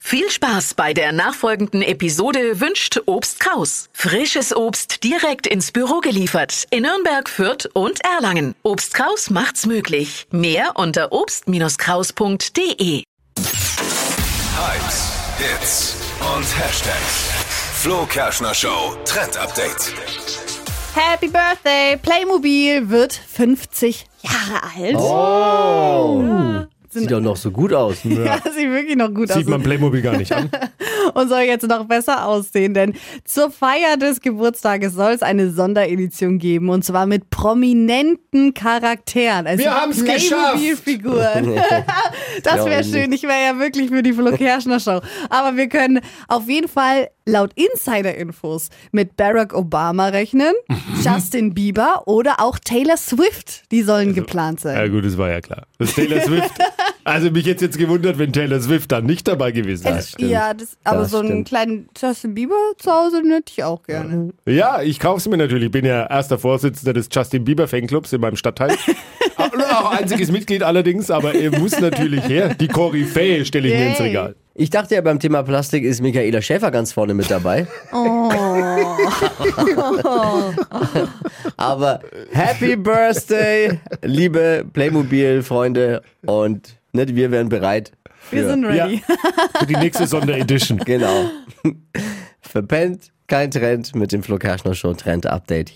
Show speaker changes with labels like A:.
A: Viel Spaß bei der nachfolgenden Episode wünscht Obst Kraus. Frisches Obst direkt ins Büro geliefert in Nürnberg, Fürth und Erlangen. Obst Kraus macht's möglich. Mehr unter obst-kraus.de.
B: Hypes, Hits und Hashtags. Flo Kerschner Show Trend Update.
C: Happy Birthday! Playmobil wird 50 Jahre alt.
D: Oh.
E: Sieht doch noch so gut aus. Ne?
C: Ja, sieht wirklich noch gut aus
D: Sieht man Playmobil gar nicht an.
C: und soll jetzt noch besser aussehen, denn zur Feier des Geburtstages soll es eine Sonderedition geben und zwar mit prominenten Charakteren. Also
D: Wir haben's
C: Playmobil-Figuren. das
E: Ja,
C: wäre
E: und-
C: schön. Ich wäre ja wirklich für die Flo Kerschner Show. Aber wir können auf jeden Fall laut Insider-Infos mit Barack Obama rechnen, Justin Bieber oder auch Taylor Swift. Die sollen
D: Also,
C: geplant sein.
D: Ja gut, das war ja klar. Das ist Taylor Swift. Also mich jetzt jetzt gewundert, wenn Taylor Swift dann nicht dabei gewesen wäre.
C: Es- ja, das, aber
E: Das
C: so einen
E: stimmt.
C: kleinen Justin Bieber zu Hause den hätte ich auch gerne.
D: Ja, ich kauf's mir natürlich. Bin ja erster Vorsitzender des Justin Bieber Fanclubs in meinem Stadtteil. auch auch einziges Mitglied allerdings, aber er muss natürlich her. Die Koryphäe stelle ich mir ins
C: Yay.
D: Regal.
E: Ich dachte ja, beim Thema Plastik ist Michaela Schäfer ganz vorne mit dabei. Oh. Aber Happy Birthday, liebe Playmobil-Freunde. Und ne, wir wären bereit.
C: Wir sind
D: Ja,
C: ready.
D: für die nächste Sonderedition.
E: Genau. Verpennt, kein Trend mit dem Flo Kerschner Show Trend Update.